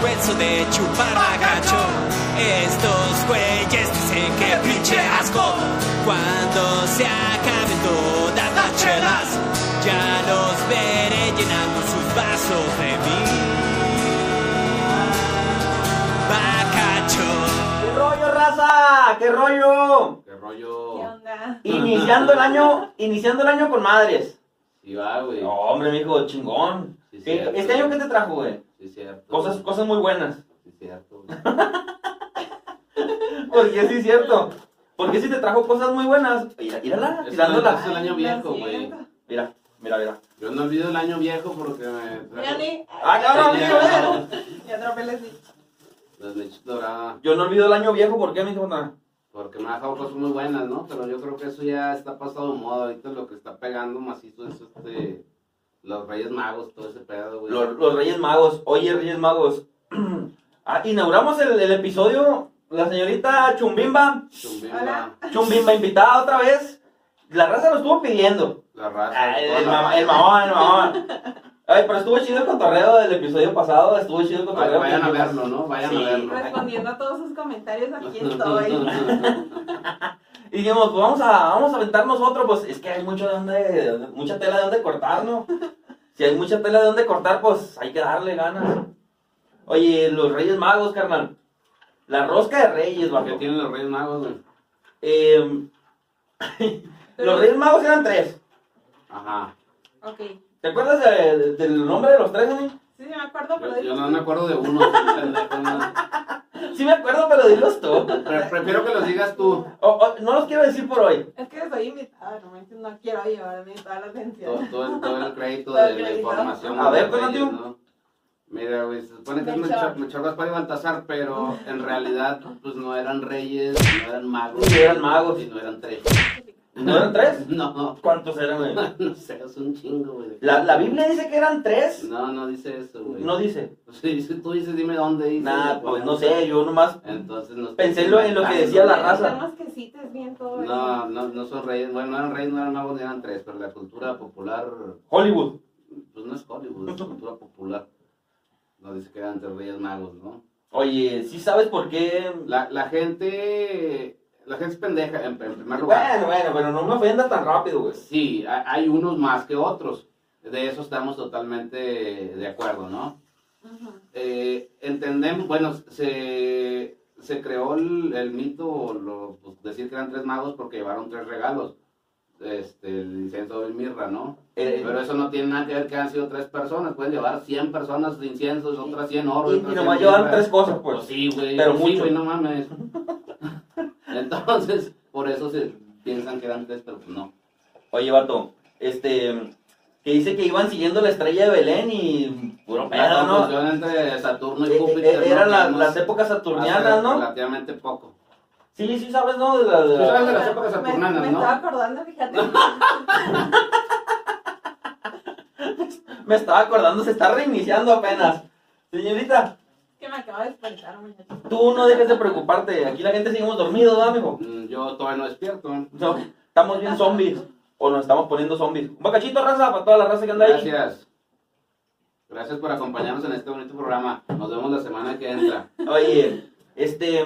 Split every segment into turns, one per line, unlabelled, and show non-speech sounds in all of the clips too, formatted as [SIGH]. canso de chupar agacho. Estos güeyes dicen que pinche asco. Cuando se acaben todas las chelas, ya los veré llenando sus vasos de mí. Bacacho.
¡Qué rollo, raza! ¡Qué rollo!
¿Qué
¿Qué
rollo?
onda?
Iniciando el año, iniciando el año con madres.
Sí va, güey.
No, hombre, mijo, chingón.
Sí,
¿Qué-
cierto.
este año, ¿qué te trajo, güey?
Sí, cierto.
Cosas, cosas muy buenas.
Sí, cierto.
Porque sí, es cierto. Porque sí te trajo cosas muy buenas. Mira, mírala,
Es
tirándola.
Es el año
Ay,
viejo,
no es
güey.
cierto.
Mira, mira, mira.
Yo no olvido el año viejo porque me
Mira,
trajo
ni.
Ah, cabrón, mira,
[LAUGHS] Ya atrapé la snitch.
las leches doradas.
Yo no olvido el año viejo, ¿por qué, mijo? No.
Porque me ha dejado cosas muy buenas, ¿no? Pero yo creo que eso ya está pasado de moda. Ahorita lo que está pegando macizo es este. Los Reyes Magos, todo ese pedo, güey.
Los, los Reyes Magos. Oye, Reyes Magos. [CLEARS THROAT] Ah, inauguramos el, el episodio. La señorita Chumbimba.
Chumbimba,
Hola.
Chumbimba invitada otra vez. La raza lo estuvo pidiendo.
La raza.
Ah, el,
toda
el
la
mamá,
raza.
el mamá, el
[LAUGHS]
mamá. Ay, pero estuvo chido el cotorreo del episodio pasado, estuvo chido el
Vay-
cotorreo.
Vayan a verlo, ¿no? Vayan
Sí,
a verlo.
Respondiendo a todos sus comentarios,
[LAUGHS]
aquí estoy.
Y dijimos, pues vamos a, vamos a aventarnos otro, pues es que hay mucho de donde, de donde- mucha tela de donde cortar,
[LAUGHS]
¿no? Si hay mucha tela de donde cortar, pues hay que darle ganas. Oye, los Reyes Magos, carnal. La rosca de Reyes,
¿Qué
bajo.
tienen los Reyes Magos, güey?
[LAUGHS] los Reyes Magos eran tres.
Ajá.
Ok. Sí,
¿Te acuerdas de- del nombre de los tres, Ani?
sí, me acuerdo, pero
Yo, yo
digo.
no me acuerdo de uno. soy pendejo, no.
Sí me acuerdo, pero dilos tú.
Pre- prefiero que los digas tú.
O- o- no los quiero decir por hoy.
Es que soy invitada, realmente no quiero llevarme toda la
Todo,
atención.
todo el, todo el crédito
[LAUGHS] Todo el
de la
crédito.
información.
A ver,
de los
cuéntate
Reyes,
un-
¿no? Mira, güey, se supone que es
Melchor.
Melchor Melchor Gaspar y Baltasar, pero
[LAUGHS]
en realidad, pues no eran reyes, no eran magos.
No eran magos.
Y no eran tres.
¿No eran tres?
No, [LAUGHS] no,
¿Cuántos eran, güey?
no sé, es un chingo, güey.
La, la Biblia dice que eran tres.
No, no dice eso, güey.
No dice.
Sí, sí, tú dices, dime dónde dice.
Nada, pues no sé, yo nomás.
Entonces no
Pensé en lo- en lo que decía la raza.
Tenemos que sí, te es bien todo eso.
No, no, no son reyes, bueno, no eran reyes, no eran magos, ni eran tres, pero la cultura popular,
Hollywood.
pues no es Hollywood, es cultura popular. No dice que eran tres reyes magos, ¿no?
Oye, ¿sí sabes por qué?
La, la gente, la gente es pendeja en, en primer lugar.
Bueno, bueno, pero no me ofendas tan rápido, güey.
Sí, ha- hay unos más que otros, de eso estamos totalmente de acuerdo, ¿no?
Ujú.
eh, entendemos, bueno, se, se creó el, el mito, o lo, pues, decir que eran tres magos porque llevaron tres regalos, este, el incienso y mirra, ¿no?
Eh,
Pero eso no tiene nada que ver que han sido tres personas, pueden llevar 100 personas de incienso, y otras 100 oro.
y,
otras
y nomás
100
llevaron
mirra.
tres cosas,
Pues
pues.
sí, güey,
pero
pero sí,
mucho.
güey, no mames. [LAUGHS] Entonces, por eso se piensan que eran tres, pero pues no.
Oye, vato, este. Que dice que iban siguiendo la estrella de Belén y. Puro
La
pedo, ¿no?
confusión entre Saturno y
Eh,
Júpiter.
eh,
Ah, pues, ¿no?
eran la-
Tenemos
las épocas
hace
saturnianas, ¿no?
Relativamente poco.
Sí, sí sabes, ¿no? De la- de la-
Sí sabes de
Me-
las épocas saturnanas,
me
¿no?
estaba acordando, fíjate.
[LAUGHS]
Me estaba acordando, se está reiniciando apenas. Señorita,
Que me acabo de despertar, muchachos.
tú no dejes de preocuparte. Aquí la gente seguimos dormidos, ¿no, amigo?
Mm, Yo todavía no despierto. ¿eh?
No, estamos bien zombies. O nos estamos poniendo zombies. Un bacachito, raza, para toda la raza que anda ahí.
Gracias. Gracias por acompañarnos en este bonito programa. Nos vemos la semana que entra.
Oye, este.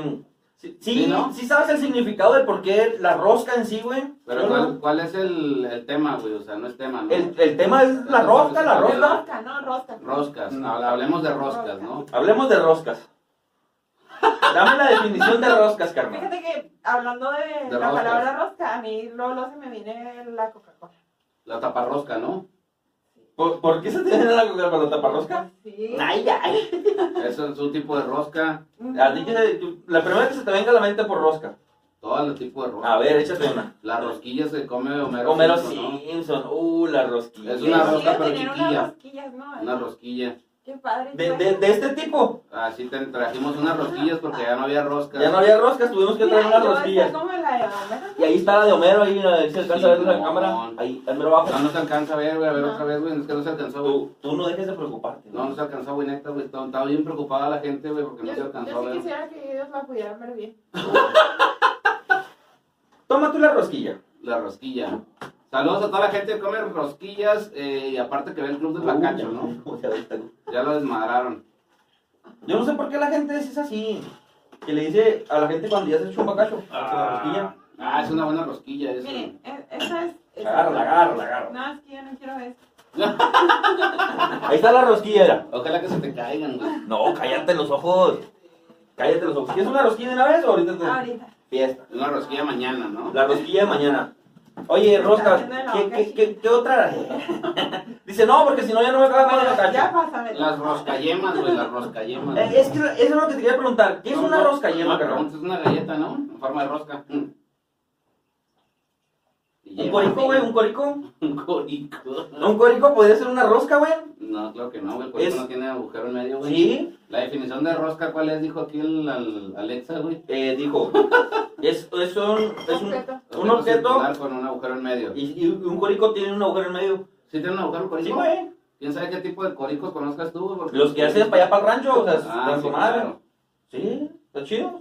Sí, sí,
¿Sí, no?
sí sabes el significado de por qué la rosca en sí, güey.
Pero
Yo
¿cuál,
no-
cuál es el, el tema, güey? O sea, no es tema, ¿no?
el, el tema es la rosca, la rosca.
Rosca, no, rosca.
Roscas.
Mm.
Habla- Hablemos de roscas, ¿no?
Hablemos de roscas. Dame la definición de roscas, carnal.
Fíjate que hablando de,
De
la
rosca.
palabra rosca, a mí luego, luego se me viene la Coca-Cola.
La taparrosca, ¿no?
¿Por, por qué se te viene la coca para la taparrosca?
Sí.
Ay, ay.
Eso es un tipo de rosca.
Ujú.
A ti que- la primera que se te venga a la mente por rosca.
Todo el tipo de rosca.
A ver, échate una.
La rosquilla se come Homero.
Homero
Simpson, ¿no?
Simpson. Uh, la rosquilla.
Es
Sí,
una
sí,
rosca,
de
pero
tener
chiquilla.
unas rosquillas, ¿no?
Una rosquilla.
Qué padre.
De,
¿no?
de- de este tipo.
Así te trajimos unas rosquillas porque ya no había rosca.
Ya no había roscas, tuvimos que
Mira,
traer unas
yo
rosquillas.
estoy como la de Homero.
Y ahí está la de Homero, ahí eh, se alcanza a ver en la
Sí,
cámara.
mon.
Ahí, al mero abajo.
No nos alcanza a ver, güey. A ver
No.
otra vez, güey. Es que no se alcanzó, güey.
Tú, tú no dejes de preocuparte.
No nos alcanzó, güey, neta, güey. Estaba estaba bien preocupada la gente, güey, porque no se
Yo,
alcanzó a
yo sí
ver.
quisiera que ellos la pudieran ver bien.
Toma tú la rosquilla.
La rosquilla. Saludos a toda la gente que come rosquillas eh, y aparte que ve el club del
Uh, [LAUGHS]
bacacho, ¿no?
ya ves, te-
Ya lo desmadraron.
Yo no sé por qué la gente es así. Que le dice a la gente cuando ya se echa un bacacho.
Ah, ah, es una buena rosquilla eso.
Miren, e- esa es. esa-
Agárrala, agárrala, agárrala.
No, es que yo no quiero eso.
Ahí está la rosquilla, era.
Ojalá que se te caigan, güey.
No, cállate los ojos. Cállate los ojos. ¿Quieres una rosquilla de una vez o ahorita te...
Ahorita.
Fiesta.
Una rosquilla mañana, ¿no?
La rosquilla de mañana. Oye, Roscas,
haciendo la
¿qué,
boca
qué,
así.
qué, qué otra? [LAUGHS] Dice, no, porque si no ya no me cabe más la
Bueno, ya
cacha.
pásame.
Las roscayemas, güey, las roscayemas.
Eh, Es que eso es lo que te quería preguntar. ¿Qué es una rosca yema,
cabrón?
cabrón?
Es una galleta, ¿no? En forma de rosca.
¿Un corico, güey? ¿Un corico?
[LAUGHS] Un corico.
¿Un corico podría ser una rosca, güey?
No, claro que no, güey. El corico
Es-
no tiene agujero en medio, güey.
Sí.
La definición de rosca, ¿cuál es? Dijo aquí el al- Alexa, güey.
Eh, dijo, es, es un... Es un
Objeto.
un objeto
circular Con un agujero en medio.
y, y un corico tiene un agujero en medio.
¿Sí tiene un agujero el corico?
Sí, güey.
¿Quién sabe qué tipo de coricos conozcas tú? güey? Porque-
Los que haces para allá para el rancho, o sea,
Ah,
de
sí,
su madre.
claro.
Sí, está chido.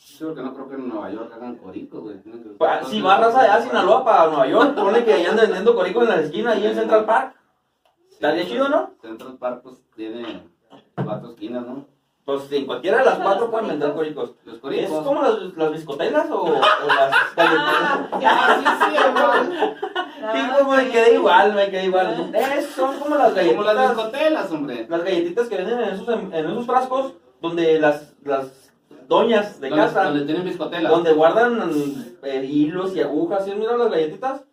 Sí, porque no creo que en Nueva York hagan coricos, güey. Tienen que-
Pa- si va raza de allá a Sinaloa para Nueva York, pone que ahí anda vendiendo corico en la esquina, ahí en Central Park.
Sí,
Estaría
güey.
chido, ¿no?
Central Park, pues, tiene cuatro esquinas, ¿no?
Pues en cualquiera de las cuatro pueden vender coricos.
Los
¿Es
coricos.
como las, las biscotelas o, o las
Ah,
galletitas?
Ah,
[LAUGHS]
ya, sí,
Sí, como me quedé igual, me quedé igual. Eh, son como las
Como las
galletitas,
discotelas, hombre.
las galletitas que venden en esos, en, esos frascos donde las, las doñas de
Donde-
casa,
Donde tienen discotelas.
donde guardan eh, hilos y agujas, ¿sí? Mira las galletitas.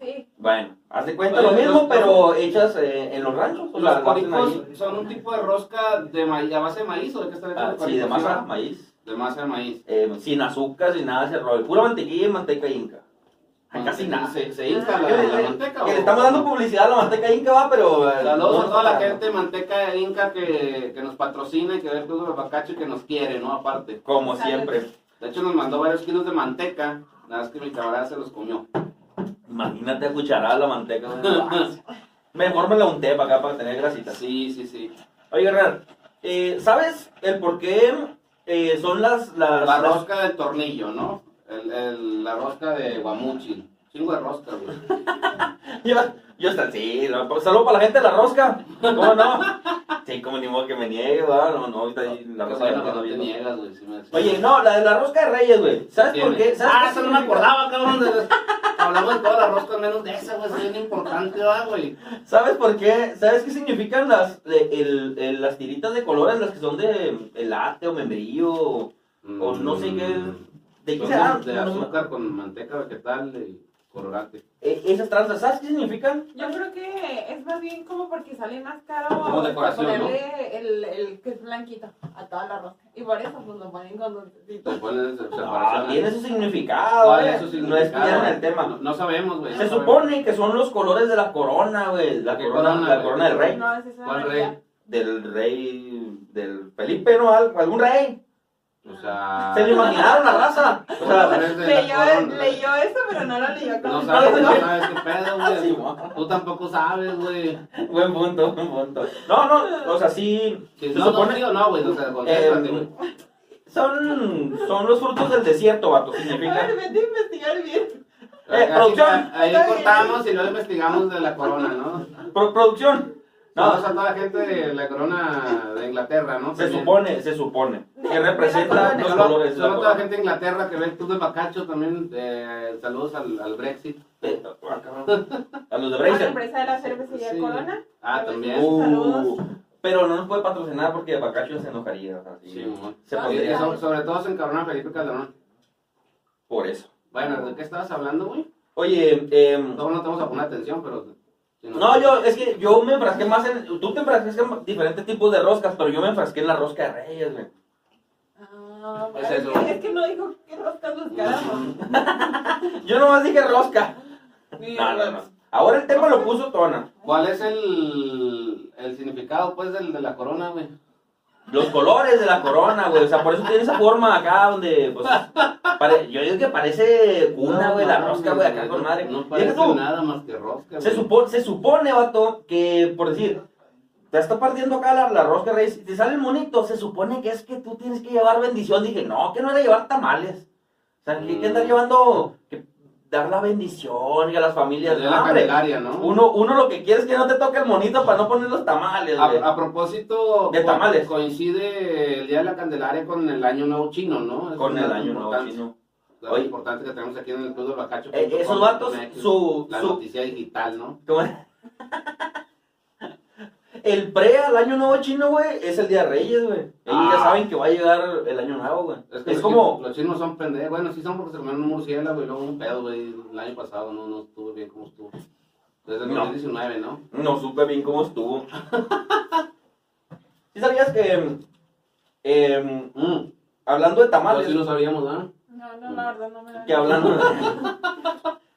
Sí.
Bueno, haz de cuenta
Oye,
lo mismo,
los-
pero hechas eh, en los ranchos. o
Pues Los
sea, lo hacen ahí.
coricos son un tipo de rosca de maíz, a base de maíz o de qué está hecho
Ah,
el
sí,
corico,
de masa,
va?
maíz,
De masa de maíz.
eh, sin azúcar, sin nada, ese rollo. Pura mantequilla y manteca inca. Ay, Ah, casi
Manteca-
nada.
Se, se hinca la,
Que
la
le- le-
manteca.
que le
¿o?
estamos dando publicidad a la manteca inca, va, pero... eh,
Saludos
no
a toda la
está-
gente de Manteca Inca que, que nos patrocina y que ve el Club de Bacacho y que nos quiere, ¿no? Aparte.
Como
Salud.
siempre.
De hecho, nos mandó varios kilos de manteca. Nada más que mi camarada se los
[LAUGHS]
comió.
Imagínate a cucharada la manteca. [LAUGHS] güey. Mejor me la unté para acá para tener grasita.
Sí, sí, sí.
Oye, Hernán, eh, ¿sabes el por qué eh, son las... las,
La
las-
rosca del tornillo, ¿no? El, el- la rosca de guamuchi. Chingo de rosca, güey.
[LAUGHS] Yo, yo hasta sí, no, pues, saludo para la gente de la rosca. ¿Cómo no?
[LAUGHS]
Sí, como ni modo que me niegue, va, no, no, ahorita ahí la
Qué
rosca
bueno
no,
que no te
viendo.
niegas, güey. sí me-
Oye, no, la de la rosca de reyes, güey. ¿Sabes
Tiene.
por qué? ¿Sabes
Ah,
qué
eso no me
significa?
acordaba, cabrón. de- Hablamos de todas las roscas menos de esa, güey. Es bien importante, ¿verdad, güey.
¿Sabes por qué? ¿Sabes qué significan las, de- el- el- las tiritas de colores, las que son de elate o membrillo? o- O no sé qué- ¿De qué
Son
serán?
Mm. Pues de
No, no,
azúcar con manteca vegetal y colorante.
eh, Esas tranzas, ¿sabes qué significan?
Yo creo que es más bien como porque sale más caro
Como decoración,
ponerle el, el que es blanquito a toda la rosca. Y por eso pues lo ponen con dulcecitos.
Te pones se- se
Ah,
parecen a-
tiene su significado,
¿Cuál
güey.
es su
No
significado?
estudiaron el tema.
No, no sabemos, güey.
Se
no
supone que son los colores de la corona, güey. La
¿Qué
corona,
corona,
la
güey?
corona del rey.
No, es esa
¿Cuál
amarilla.
rey?
Del rey, del Felipe, ¿no? Al- Algún rey.
sabemos. O sea.
Se lo imaginaron la raza. O sea,
colores de la
Leyó,
corona.
leyó eso, pero no lo leyó
No
con
sabes,
No,
no [LAUGHS]
no.
sabes qué
[LAUGHS]
pedo,
Sí,
güey.
mo.
Tú tampoco sabes, güey.
Buen punto, buen punto. No, no, o sea, sí.
Sí,
se
no,
supone- Eh,
no, digo, no, güey. O sea, contéstate, güey.
Son, son los frutos del desierto, vato,
A ver,
significa.
vete a investigar bien.
Eh,
Así,
producción.
Ahí
Está bien.
cortamos y luego investigamos de la corona, ¿no?
Pro- producción.
No,
No,
a toda la gente de la corona de Inglaterra, ¿no?
se
También.
supone, se supone. Que representa
corona.
los
Solo,
colores de la
solo toda la
corona.
gente de Inglaterra que ve el club de Bacacho también, eh, saludos al, al Brexit.
Eh, ah, cabrón. A los de
A la
Bracer.
empresa de la cervecería
Sí.
Corona.
Ah,
Pero
también.
Ah, sí.
Uh,
Saludos.
pero no nos puede patrocinar porque Bacacho se enojaría. o sea, sí.
Sí, mo.
se
No,
Y
pondría
Ah, sí.
eso- sobre todo se encabrona Felipe Calderón.
por eso.
Bueno, ¿de qué estabas hablando, güey?
Oye, em,
Todos no te vamos a poner atención, pero... si
no, yo, es que yo me enfrasqué más en. Tú te enfrasqué en diferentes tipos de roscas, pero yo me enfrasqué en la rosca de Reyes, güey.
Ah,
Pues
es,
eso.
que, [LAUGHS] es que no dijo qué roscas buscáramos.
Yo nomás dije rosca. No, Ah, no, no. Ahora el tema lo puso Tona.
¿Cuál es el, el significado, pues, del de la corona, güey?
Los colores de la corona, güey. O sea, por eso tiene esa forma acá donde, pues. pare- Yo digo que parece cuna, güey, la rosca, güey, acá con madre.
No
Deja
parece
tú,
nada más que rosca,
Se,
güey.
supo- se supone, vato, que por decir, te está partiendo acá la, la rosca, Reyes, y te sale el monito, se supone que es que tú tienes que llevar bendición. Dije, no, que no era llevar tamales. O sea, que, que andar
Mm.
llevando que dar la bendición y a las familias.
De la
hombre,
Candelaria, ¿no?
Uno, uno lo que quiere es que no te toque el monito para no poner los tamales,
A,
güey.
a propósito,
De
co-
tamales.
coincide el Día de la Candelaria con el Año Nuevo Chino, ¿no? Es
Con
un
el
dato
año nuevo
importante,
chino.
un dato
Oye.
importante que tenemos aquí en el Club de Bacacho.
Eh, esos vatos, su-
La
su-
noticia digital, ¿no?
¿Cómo es? El pre al año nuevo chino, güey, es el día de Reyes, güey. Ellos ya
Ah.
saben que va a llegar el año nuevo, güey. Es,
que los
como,
chi- Los chinos son pendejos. Bueno, sí son porque se comieron un murciélago y luego un pedo, güey. El año pasado no, no estuvo bien como estuvo. Desde el
No.
2019, ¿no?
No supe bien cómo estuvo. [LAUGHS] ¿Sí sabías que, em, em,
Mm.
hablando de
Pero
tamales,
Pues sí lo sabíamos, ¿no?
No, no, la verdad no me da.
que hablando,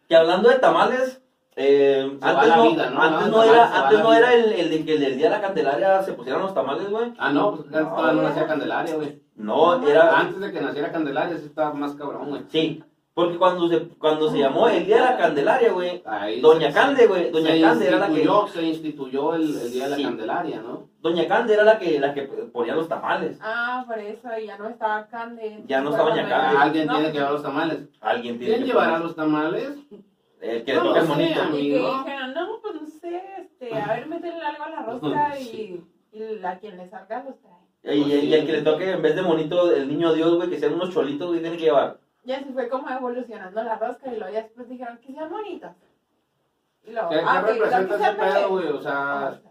que hablando de tamales, em,
Se va
antes
la
no,
vida, ¿no?
antes
Ah,
no
tamales, se
era,
va
antes
la
no
vida.
era el, el de que el día de la Candelaria se pusieran los tamales, güey.
Ah, no, pues antes
No,
todavía no
güey.
nacía Candelaria, güey.
No, era,
Antes de que naciera Candelaria sí estaba más cabrón, güey.
sí, porque cuando se, cuando se llamó el día de la Candelaria, güey,
Ahí
Doña
se-
Cande, güey, Doña
se
Cande era la que,
instituyó- Se instituyó el, el Día de la
Sí.
Candelaria, ¿no?
Doña Cande era la que, la que ponía los tamales.
Ah, por eso, y ya no estaba Cande.
Ya no estaba doña Cande.
Ah, Alguien tiene que llevar los tamales.
Alguien tiene
¿Quién
que
llevará
poner-
los tamales?
el que
No
le toca el
lo sé,
monito.
a mí.
Y que
amigo.
dijeron, no, pues no sé, este, a ver, métele algo a la rosca y, y a quien le salga los trae.
Y, y- y el que le toque, en vez de monito, el niño Dios, güey, que sean unos cholitos, güey, tiene que llevar.
Y así fue como evolucionando la rosca y luego ya después dijeron que sean bonitos. Y luego,
¿Qué, qué
ah, ok, lo que
representa
sea
ese pedo,
verde.
güey? Ah, O sea,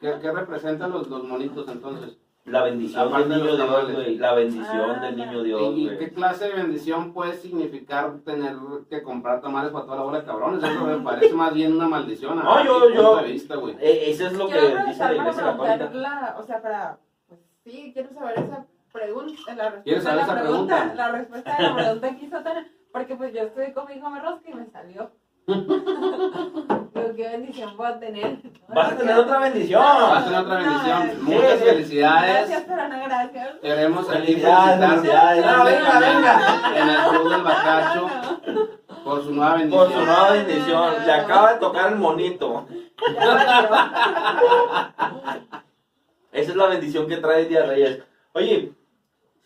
¿qué, qué representan los, los monitos entonces?
La bendición del
Aparte de
niño
los
Dios,
tamales.
güey. La bendición
Ah,
del niño
ya.
Dios,
¿Y, y
güey.
qué clase de bendición puede significar tener que comprar tamales para toda la bola de cabrones? Eso me parece más bien una maldición. a
No,
mi
yo-
punto
yo-
de vista, güey.
E- eso es lo que
Quiero
dice la
aprovechar para
iglesia
preguntar
católica.
la, o sea, para, pues sí, quiero saber esa pregunta, la
¿Quieres
respuesta de
saber
la
esa
pregunta,
pregunta?
la respuesta de la pregunta que hizo Tana, porque pues yo estuve con mi hijo me rosca y
[LAUGHS]
me salió. Lo que bendición voy a tener.
Vas a tener otra
Va a
bendición.
ser otra bendición. Muchas
No,
sí.
Gracias,
felicidades.
pero no gracias.
Queremos aquí
Felicidades,
felicitar
felicidades.
No, venga,
venga.
en el Club del Bacacho
No, no,
por su nueva bendición.
Por su nueva bendición. Le acaba de tocar el monito.
no. Ya
[LAUGHS]
valió.
Esa es la bendición que trae el día de Reyes. Oye,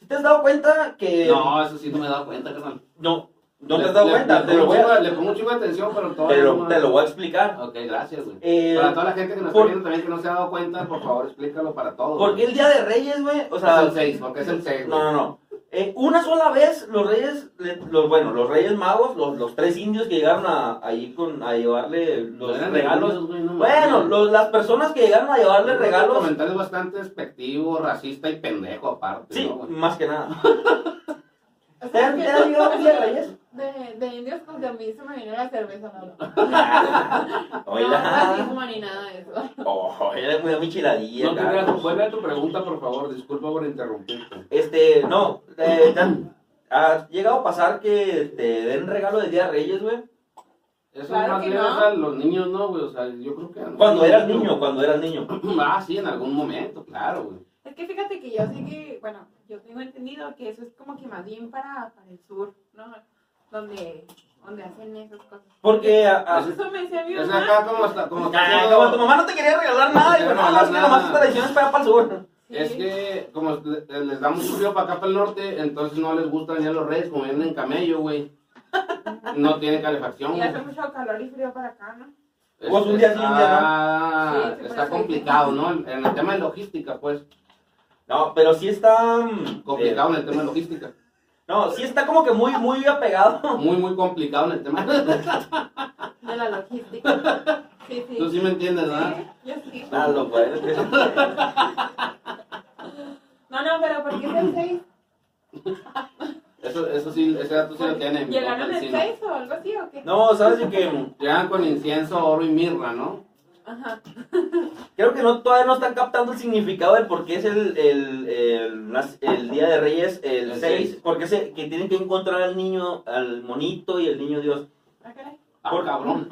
¿sí ¿te has dado cuenta que.?
No, eso sí no me he dado cuenta, carnal.
No, no
Le-
te has dado
le-
cuenta.
le
Te lo,
pongo
voy
un chingo
a,
de- Le pongo un chico de atención, pero todo.
te, lo,
no-
te lo voy a explicar.
Ok, gracias, güey.
Eh,
Para toda la gente que nos
por-
está viendo también que no se ha dado cuenta, por favor, explícalo para todos.
¿Por qué el día de Reyes, güey? O sea,
es el 6, porque es el 6.
No, no, no. Eh, una sola vez los reyes, le- los, bueno, los reyes magos, los, los tres indios que llegaron a, ahí con, a llevarle los regalos. Bueno, los- las personas que llegaron a llevarle
Un
regalos.
comentario bastante despectivo, racista y pendejo aparte.
Sí,
¿no, güey?
más que nada.
O
¿Te
sea,
han te han llegado el día de reyes? [LAUGHS]
de, de indios, pues a mí se me vino la cerveza, no, no. No,
Oiga.
racismo ni nada de eso.
[LAUGHS] Oh, era muy micheladilla.
No te
cara.
creas, pues. vuelve a tu pregunta, por favor. Disculpa por interrumpirte.
Este, no. eh, te han- ha llegado a pasar que te den regalo de día de reyes, güey.
Eso
Claro
más
que
bien
no.
es a los niños, ¿no, güey? O sea, yo creo que... a los
Cuando eras
niños.
niño, cuando eras niño.
[CLEARS THROAT] Ah, sí, en algún momento, claro, güey.
Es que fíjate que yo sé que, bueno, yo tengo entendido que eso es como que más bien para, para el sur, ¿no? Donde, donde hacen esas cosas.
Porque a- a-
Pues,
Eso me decía mi
Es
mamá.
acá como está, como está
Ah,
haciendo-
Como tu mamá no te quería regalar nada, y
No te
bueno,
quería
no, es que
regalar
nomás
nada.
esta tradición es para para el sur.
Sí.
Es que como le- les da mucho frío para acá, para el norte, entonces no les gusta venir a los reyes, como vienen en camello, güey. No tiene calefacción,
Y
güey.
hace mucho calor y frío para acá, ¿no?
Pues un día sí, un día no.
Está-
Sí, se puede
está
hacer.
complicado, ¿no? En el tema de logística, pues.
No, pero sí está. mm,
Complicado
eh,
en el tema de logística.
no, sí está como que muy, muy apegado. [LAUGHS]
Muy, muy complicado en el tema.
De la logística.
[LAUGHS]
Sí, sí.
Tú sí me entiendes, ¿verdad?
Sí, yo sí.
Nada, lo puedes.
[LAUGHS]
No, no, pero ¿por qué es el 6?
Eso, eso sí, ese dato sí lo tienen. mi
¿Llegaron
compa, sí,
el
¿no?
6 o algo así o qué?
No, sabes de que mm,
Llegan con incienso, oro y mirra, ¿no?
Ajá.
creo que no, todavía no están captando el significado del por qué es el, el, el, nas- el Día de Reyes el 6.
El seis.
Porque se, que tienen que encontrar al niño, al monito y el niño
[LAUGHS]
Dios.
Ah, caray.
Ah,
Por-
[LAUGHS]
cabrón.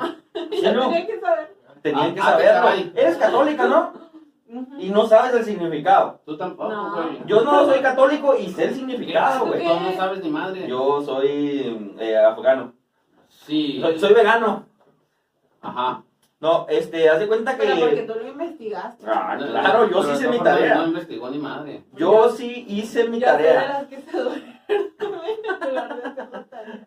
Sí,
Yo
no,
tenía que saber.
tenían
Ah,
que
ah,
saberlo.
caray.
Eres católica, ¿no?
Ujú.
Y no sabes el significado.
Tú tampoco,
No.
güey.
Yo no soy católico y sé el significado, güey.
Tú no sabes ni madre.
Yo soy eh, afgano.
Sí.
Soy, soy vegano.
Ajá.
No, este, haz de cuenta
Pero porque
que.
tú lo investigaste.
Ah, claro, yo sí
Pero
hice
esta
mi
forma No
tarea.
investigó ni madre.
Yo sí hice mi
Yo soy de
tarea. [LAUGHS]
las que se duermen en lugar de hacer la tarea.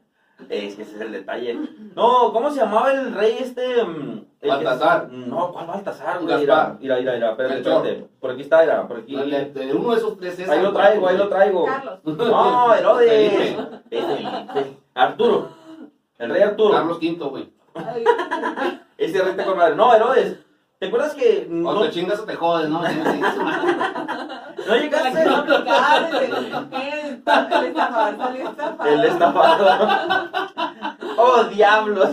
Es que ese es el detalle. No, ¿cómo se llamaba el rey este? mm, el que-
Baltasar.
No, ¿cuál Baltasar, güey? Mira,
Gaspar.
mira, mira, mira, espérate,
Melchor.
espérate. Por aquí está, mira, por aquí.
Le- de uno de esos tres es.
Ahí lo traigo, ahí lo traigo.
Carlos.
[LAUGHS]
No, Herodes.
Felipe.
Es Felipe. Arturo. El rey Arturo.
Carlos V, güey.
Ay,
Ese rey está con madre. No, Herodes. ¿Te acuerdas que no,
O te chingas o te jodes, ¿no? Sí, sí, su madre.
no
la que
llegaste?
[LAUGHS] no aplicaba, desde el el estafador salió estafador.
El estafador. oh, diablos.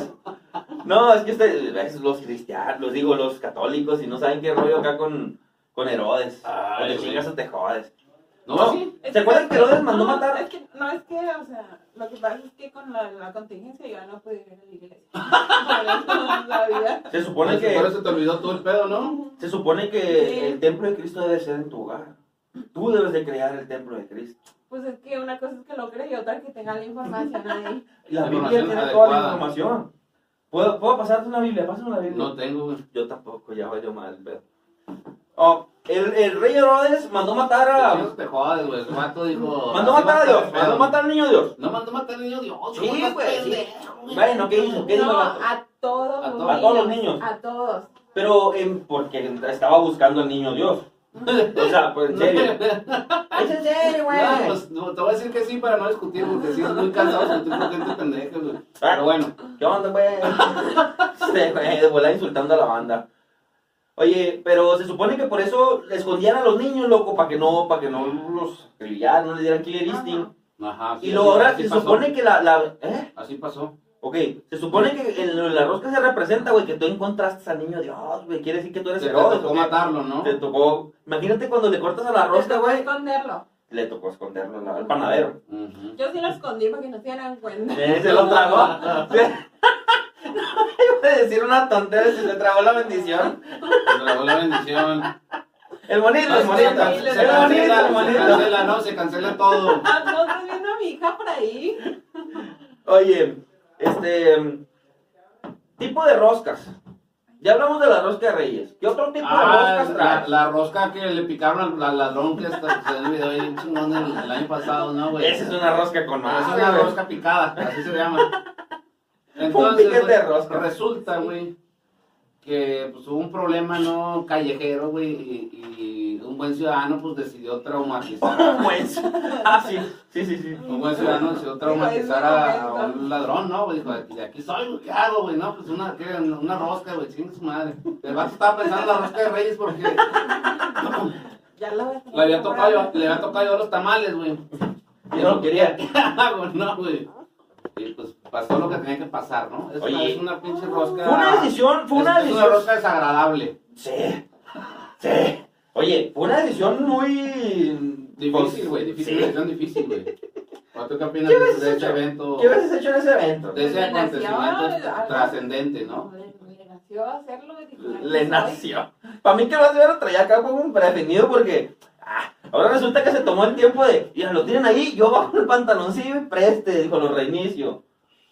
No, es que ustedes, es los cristianos, digo, los católicos, y no saben qué rollo acá con, con Herodes.
Ay,
o te
güey.
chingas o te jodes.
No, sí.
Es
¿Se acuerdan que Herodes mandó
no,
matar?
Es que, no, es que, o sea, lo que pasa es que con la, la contingencia yo no pude ir a la iglesia. Por
[LAUGHS]
la [LAUGHS] vida.
Se supone que,
Por eso te olvidó todo el pedo, ¿no?
se supone
Sí.
que el templo de Cristo debe ser en tu hogar. Tú debes de crear el templo de Cristo.
Pues es que una cosa es que lo cree y otra que tenga la información ahí.
Y La
La
Biblia
información
tiene toda la
adecuada.
información. ¿Puedo, ¿Puedo pasarte una Biblia? Pásame una Biblia.
No tengo, güey.
Yo tampoco, ya valió mal. pero- Oh, el, el rey Herodes mandó matar
Te
a...
chingas o te jodes, güey. El vato dijo.
Ah. Mandó
así va
matar a
estar el
Dios,
pedo.
mandó matar al niño Dios.
No mandó matar al niño Dios.
Sí,
¿cómo
güey,
estás,
sí.
pendejo, güey?
Bueno, ¿qué hizo? [LAUGHS] ¿Qué hizo? el
No,
vato?
a todos
A to-
los niños.
a todos los niños.
A todos.
Pero em, porque estaba buscando al niño Dios. [LAUGHS] O sea, pues en
No,
serio.
pero-
Es en serio, güey.
No, pues, no, te voy a decir que sí para no discutir, porque sí es muy cansado discutir con gente pendeja, güey. Pero bueno,
¿Qué onda, güey? [LAUGHS] Este, güey, de volar insultando a la banda. Oye, pero se supone que por eso le escondían a los niños, loco, para que no, para que no los acribillaran, no les dieran killer instinct.
ajá. sí,
Y luego ahora
así
se
pasó.
supone que la, la- ¿eh?
Así pasó.
Ok, se supone que en la rosca se representa, güey, que tú encontraste al niño Dios, güey, quiere decir que tú
Te
eres
te
Herodes,
tocó
¿o qué?
matarlo, ¿no?
Te tocó. Imagínate cuando le cortas a la rosca,
Te tocó
güey.
esconderlo.
Le tocó esconderlo al- al
[LAUGHS]
panadero.
Ujú.
Yo sí lo escondí para que no se dieran cuenta.
Eh, se lo tragó. Se- [LAUGHS] Iba a decir una tontería si se tragó la bendición.
Te tragó la bendición.
El bonito,
No,
el
se,
bonito.
can-
sí,
se
sí,
El bonito,
cancela,
el
se
bonito.
cancela, no, se cancela todo.
[LAUGHS] Ah, ¿No estás viendo a mi hija por ahí?
Oye, este. Tipo de roscas. Ya hablamos de la rosca de Reyes. ¿Qué otro tipo de
Ah,
roscas
la,
traes?
la rosca que le picaron al, al ladrón que está, se dio video ahí chingón el, el año pasado, ¿no, güey?
Esa es una rosca con
pues. Ah,
más.
es una rosca picada, así
[LAUGHS]
se llama.
piquete
güey,
de rosca.
resulta, güey, que pues, hubo un problema no callejero, güey, y, y un buen ciudadano pues decidió traumatizar.
[LAUGHS] Pues. Ah, sí. Sí, sí, sí.
Un buen ciudadano decidió traumatizar a, a un ladrón, ¿no? güey? Dijo, de aquí soy, güey, ¿qué hago, güey? No, pues una, ¿qué? una rosca, güey, chingue su madre. El vato estaba pensando en la rosca de Reyes porque
Ya lo ves.
le había tocado, yo- le había tocado yo los tamales, güey.
Yo no quería.
¿Qué hago? No, güey. Y pues pasó lo que tenía que pasar, ¿no? Es, una,
Oye.
es una pinche
Fue
rosca.
una decisión, fue una
Ah, es, es una
decisión.
rosca desagradable.
Sí, sí. Oye, fue una decisión muy...
Difícil, güey. Difícil,
Pues, Sí.
decisión difícil, güey. ¿O ¿Tú qué opinas
¿Qué
de-
hubieses
de este
hecho?
evento?
¿Qué hubieses hecho en ese evento?
De ese
Pues, Le nació
acontecimiento
al-
trascendente, ¿no?
Le nació hacerlo. y dijo,
Le
"Aquí soy".
nació. Para mí que vas a ver traía acá como un prevenido porque... ah, ahora resulta que se tomó el tiempo de... Ya lo tienen ahí, yo bajo el pantaloncillo y preste, dijo, lo reinicio.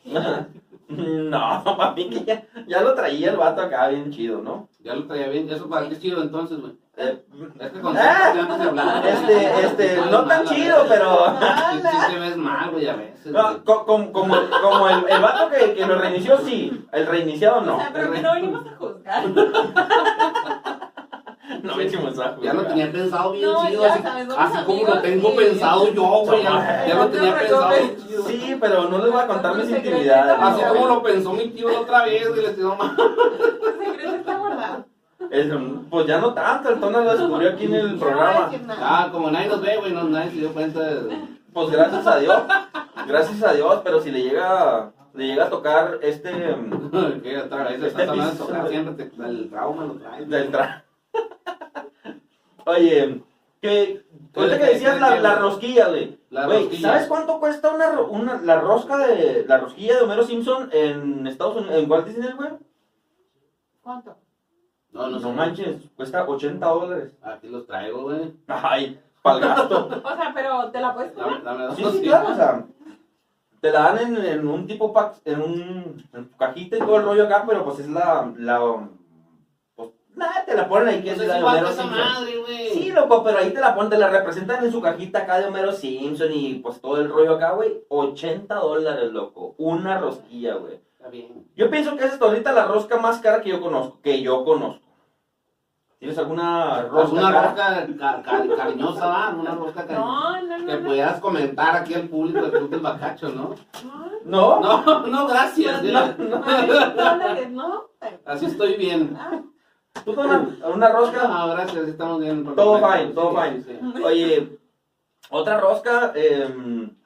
[LAUGHS] No, para mí que ya, ya lo traía el vato acá bien chido, ¿no?
Ya lo traía bien. Eso para ti es chido entonces, güey.
Eh,
Este concepto que antes de hablar.
Ah, este, este, no tan chido, pero...
Ah,
Sí, sí te ves mal, güey, a veces. güey.
No, co- com- como, como el, el vato que, que lo reinició, sí. El reiniciado,
O
no.
sea, pero que no venimos a juzgar. [LAUGHS] Pues,
No me hicimos a
Ya lo
jugar.
tenía pensado bien
No,
chido,
ya,
así,
sabes, somos
así como lo
amigos
tengo
y-
pensado yo, güey. Ya,
Toma.
ya lo tenía
No te
pensado bien
preocupes.
chido.
Sí, pero no les voy a contar mis intimidades.
Así
no,
como
güey.
lo pensó mi tío la otra vez, güey, le tiró mal.
El secreto está guardado.
El- pues ya no tanto, el tono lo descubrió aquí en el
Yo no voy a
programa.
decir nada.
Ah, como nadie nos ve, güey, no, nadie se dio cuenta de... [LAUGHS]
Pues gracias a Dios. Gracias a Dios, pero si le llega, le llega a tocar este mm,
que otra vez, estás hablando de tocar siempre, te- el trauma lo trae.
del tra- Oye, que ahorita que decías la, la rosquilla, güey.
La
Güey,
rosquilla.
¿sabes cuánto cuesta una, ro- una la rosca de la rosquilla de Homero Simpson en Estados Unidos, en Walt Disney, güey?
¿Cuánto?
No, no,
No
no,
manches, cuesta 80 dólares.
aquí los traigo, güey.
Ay, pa'l
[LAUGHS]
gasto.
O sea, pero ¿te la puedes
Dame,
comer?
dame dos.
Sí, sí, claro, o sea, te la dan en, en un tipo pack, en un en tu cajita y todo el rollo acá, pero pues es la, la, pues, Nada, te la ponen ahí que es
Pues
la
es
de
igual que
Homero
esa
Simpson.
madre, güey.
Sí, loco, pero ahí te la ponen, te la representan en su cajita acá de Homero Simpson y pues todo el rollo acá, güey. 80 dólares, loco. Una rosquilla, güey.
Está bien.
Yo pienso que esa es ahorita la rosca más cara que yo conozco. Que yo conozco. ¿Tienes alguna rosca?
Pues Una
cara?
rosca ca- ca- cariñosa, ¿va? Una rosca cariñosa.
No, no,
Que
no, no.
pudieras comentar aquí al público del Club del Bacacho, ¿no?
No,
¿No?
No, no, gracias. mira.
no, dólares, no.
Así estoy bien.
Ah,
¿Tú una, una rosca?
No, gracias, estamos bien.
Todo fine, todo fine.
Sí,
Oye, otra rosca, em,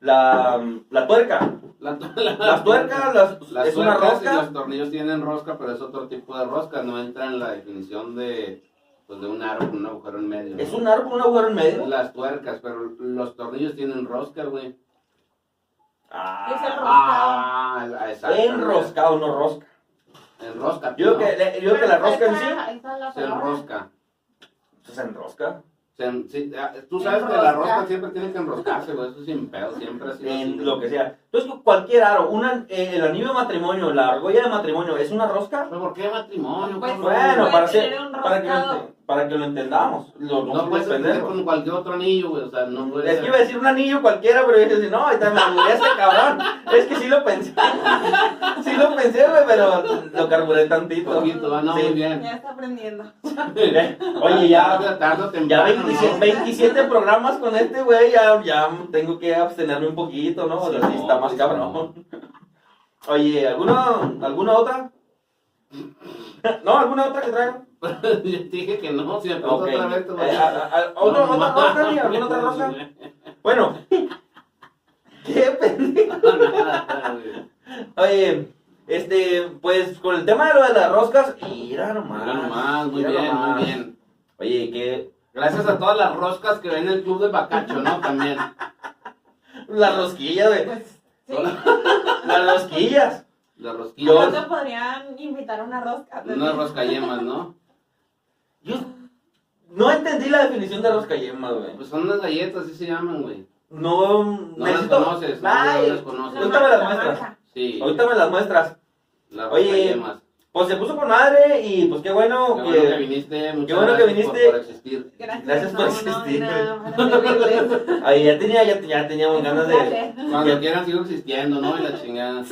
la, la tuerca.
sí. La- la-
Las tuercas, las-
Las
es una
tuercas y
rosca.
los tornillos tienen rosca, pero es otro tipo de rosca. No entra en la definición de, pues, de un aro con un agujero en medio. ¿no?
Es un aro con un agujero en medio.
Las tuercas, pero los tornillos tienen rosca, güey.
es
Ah,
el roscado.
Ah, la- exacto.
enroscado, no rosca.
Enrosca.
Yo
tío.
creo que, le- yo creo que la
Pero
rosca en sí
esa- esa es la
Se
palabra.
enrosca.
pues, se enrosca.
Se en- sí, ah, Tú sabes que la
Enrosca.
rosca siempre tiene que enroscarse, güey. Eso es sin pedo, siempre ha sido así.
En lo que sea. Entonces, cualquier aro, una, eh, el anillo de matrimonio, la argolla de matrimonio, ¿es una rosca?
¿Pero por qué matrimonio?
Pues,
cabrón?
Bueno,
Puede
para,
tener
ser-
un
para, que, lo
roscado.
ente- para que lo entendamos. Lo, no pues,
no puedes tener con cualquier otro anillo, güey. O sea, no puedes.
Es que iba a decir un anillo cualquiera, pero dije así, no, ahorita me mudé a este cabrón. Es que sí lo pensé. [LAUGHS] Sí lo pensé, güey, pero lo carburé tantito.
Poquito, ah, no,
Sí.
muy bien. [LAUGHS]
Ya está aprendiendo.
Oye, [LAUGHS] ya,
Tarde
ya
o temprano, ¿no? [LAUGHS]
27, 27 programas con este güey, ya, ya tengo que abstenerme un poquito, ¿no? O sea, sí
Sí,
está
no,
más
sí,
cabrón. Oye, ¿alguna, ¿alguna otra? ¿No? ¿Alguna otra que traigan?
Yo te dije que no, si me preguntas
Ok.
otra vez te voy
Eh, a-
a
a- a- ¿Otra
No,
otra
mames,
rosca? ¿Alguna otra rosca?
güey.
Bueno. [LAUGHS] ¿Qué pendejo?
Nada, güey.
Oye, este, pues con el tema de lo de las roscas, mira nomás.
Mira nomás, muy
mira
bien,
nomás.
muy bien.
Oye, que
Gracias a todas las roscas que ven el club de Bacacho, ¿no? También.
la rosquilla, güey.
Pues
[LAUGHS]
sí.
Las rosquillas.
Las
No
rosquillas.
te podrían invitar a una rosca. Pepe?
Unas roscayemas, ¿no?
Yo no entendí la definición de roscayema, güey.
Pues son unas galletas, así se llaman, güey.
No,
No
necesito-
las conoces, no,
Ay,
no las
Una
conoces.
ahorita me las
marca,
muestras.
marca.
Sí,
Ahorita me las muestras.
las
Oye,
roscayemas.
Pues se puso con madre y pues qué
Qué
bueno que.
bueno que viniste, muchas
qué bueno que
gracias
viniste.
por, por existir.
Gracias,
Gracias por
no,
existir.
No, nada
[LAUGHS]
más servirles.
Ay, ya tenía, ya, ya teníamos ganas de.
Dale.
Cuando quieran sigo existiendo, ¿no? Y la chingada.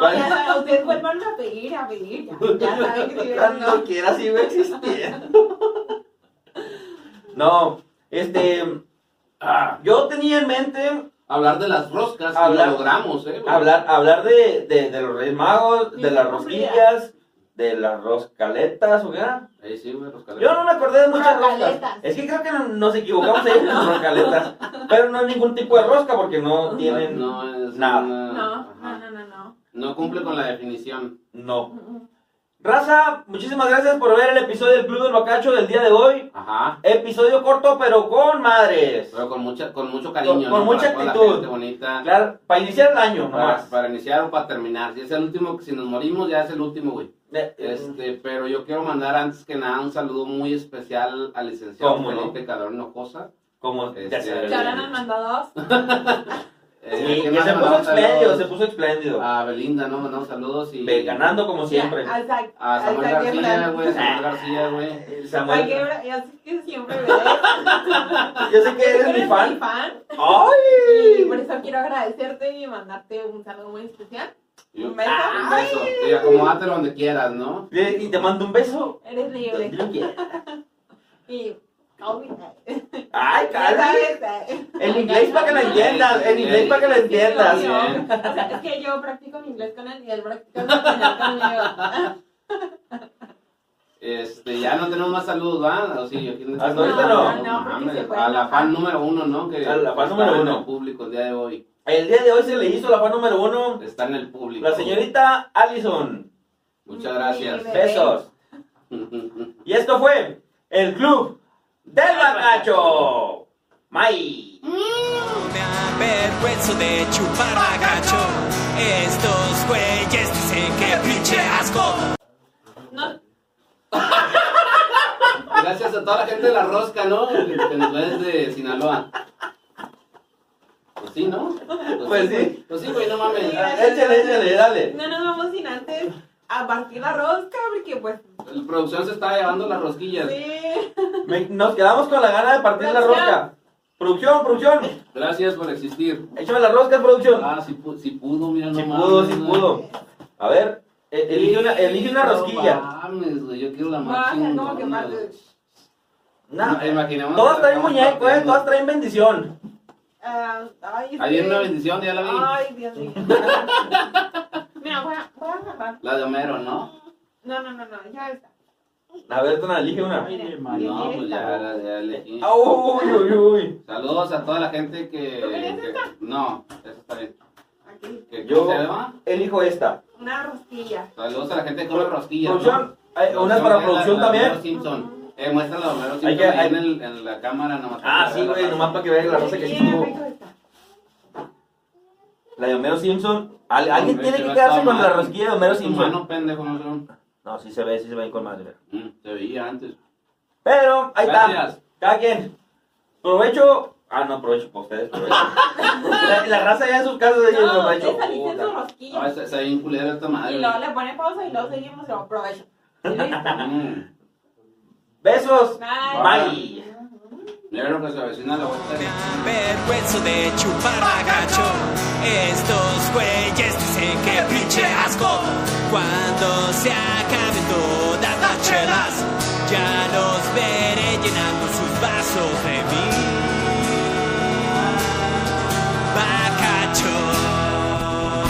No, ya, ustedes vuelvan a pedir, a pedir.
[LAUGHS]
Ya, ya saben que si ven,
Cuando
no.
quiera sigo existiendo. No, este.
Ah,
Yo tenía en mente
hablar de las roscas, y
Hablar-
lo logramos, ¿eh? güey?
Hablar, hablar de, de, de los Reyes Magos, de
Sí,
las
sí,
rosquillas, de las roscaletas, ¿o qué era?
Ahí sí, güey, roscaletas.
Yo no me acordé de muchas roscas.
Roscaletas.
Es que creo que no- nos equivocamos ahí con roscaletas. Pero no es ningún tipo de rosca porque no tienen. No.
no es
nada.
una-
No, no,
ajá.
no, no, no.
No cumple con la definición.
Raza, muchísimas gracias por ver el episodio del Club del Bacacho del día de hoy.
Ajá.
Episodio corto, pero con madres.
Pero con mucha, con mucho cariño.
Con-
¿no?
con mucha
Para toda la
actitud.
gente bonita.
Claro, para iniciar el año
Para,
nomás.
para iniciar o para terminar. Si es el último, si nos morimos, ya es el último, güey.
Eh, eh,
Este, pero yo quiero mandar antes que nada un saludo muy especial al licenciado
¿Cómo no?
Felipe Calderón Hinojosa.
Como ya
Este,
Que ahora nos
sabes.
mandó dos.
Sí,
Eh, ¿quién
que
más
se
le
puso
mandamos
espléndido,
saludos? Ah,
se puso espléndido.
A Belinda, ¿no? Mandamos saludos y...
Ve, Ganando como siempre.
Ya, al Zac-
A
al
Samuel
Zac
García,
Efron.
güey.
[LAUGHS]
Samuel García, güey.
El
Ay,
Eh, Samuel.
qué bra- ya sé que siempre
[LAUGHS]
ves.
Yo sé que
[LAUGHS]
eres mi fan.
Y
¡Ay!
por eso quiero agradecerte y mandarte un saludo muy especial.
Y "Ah,
Un beso.
Un beso. Y acomódatelo donde quieras, ¿no?
Y y te mando un beso.
Eres libre.
Yo quiero.
Y. Oh, mira.
Ay, Carly.
Ya sabes, eh.
En inglés para que lo entiendas. En inglés para que lo entiendas.
Sí, obvio. O sea, es que yo practico mi inglés con él y él practica mi español conmigo.
Este, ya no tenemos más saludos, ¿va? O sí, aquí este
Hasta ahorita no.
No, no, porque se fue
a la
la
fan
fan.
número uno, ¿no? Que
A la fan
está
número
en
uno.
el público el día de hoy.
El día de hoy se le hizo la fan número uno.
Está en el público.
La señorita Allison.
Muchas gracias.
Sí,
Besos.
[LAUGHS]
Y esto fue el club del Bacacho. May.
Me avergüenzo de chupar bagacho. Estos güeyes dicen que pinche asco.
[LAUGHS] No,
Gracias a toda la gente de la rosca, ¿no? Que que nos ve desde Sinaloa. Pues sí, ¿no?
Pues sí.
güey. Pues sí, güey, no mames.
Sí, gracias.
Échale, échale, dale.
no nos vamos sin antes a partir la rosca, porque pues.
La producción se está llevando las rosquillas.
Sí.
Me- nos quedamos con la gana de partir la
Producción.
rosca. Producción, producción.
Gracias por existir.
Échame la rosca, producción.
Ah, si, pu- si pudo, mira,
Si
no
pudo,
mames,
si
güey.
pudo. A ver, e- elige una, elige una
No
rosquilla.
mames, güey, yo quiero la más
Baja,
chingona,
no, que más-
güey.
Nah,
Me imaginaba-
todas traen muñeco, eh, todas traen bendición.
Ah, ay, es
Ayer
que-
una bendición, ya la vi.
Ay,
[LAUGHS]
Dios mío. Mira, voy a, voy a agarrar.
La de Homero, ¿no?
No, no, no, no, ya está.
A ver, tú elige una.
Mira,
No, pues ya,
esta.
la- ya elegí.
Ah, Uy, uy, uy.
Saludos a toda la gente que.
¿Tú querías
que- No, eso está bien.
Aquí.
Que-
Yo-
¿cómo se llama?
Elijo esta.
Una rosquilla.
Saludos a la gente que come rosquillas. ¿no?
Producción, eh, unas para
es la-
producción
la de Homero
también.
Simpson. Eh, muéstrala a Homero Simpson
Hay que-
ahí
hay-
En, el- en la cámara nomás.
Ah, sí, güey, nomás para que veas la rosa que sí
Bien
tuvo.
rico está.
La de Homero Simpson. Al- alguien
Hombre,
tiene
que
que
no
quedarse
estaba
con la
mal.
rosquilla de Homero
Tu
Simpson.
mano, pendejo, no sé.
No, sí se ve, sí se ve con madre.
Mm, Te veía antes.
Pero, ahí
Gracias.
está. Cada quien. Provecho. Ah, no, provecho para ustedes.
[LAUGHS]
provecho. la, la raza ya en sus casas de ellos
No,
provecho.
esa dice
Puta.
su
Ah,
rosquilla.
está, está bien culera esta madre.
Y luego le pone pausa y luego seguimos y lo provecho. Y listo.
Mm,
Besos.
Bye.
Mira lo que se avecina la
Me
vuelta.
avergüenzo de chupar bagacho. Estos güeyes dicen que pinche asco. Cuando se acaben todas las chelas, ya los veré llenando sus vasos de mí.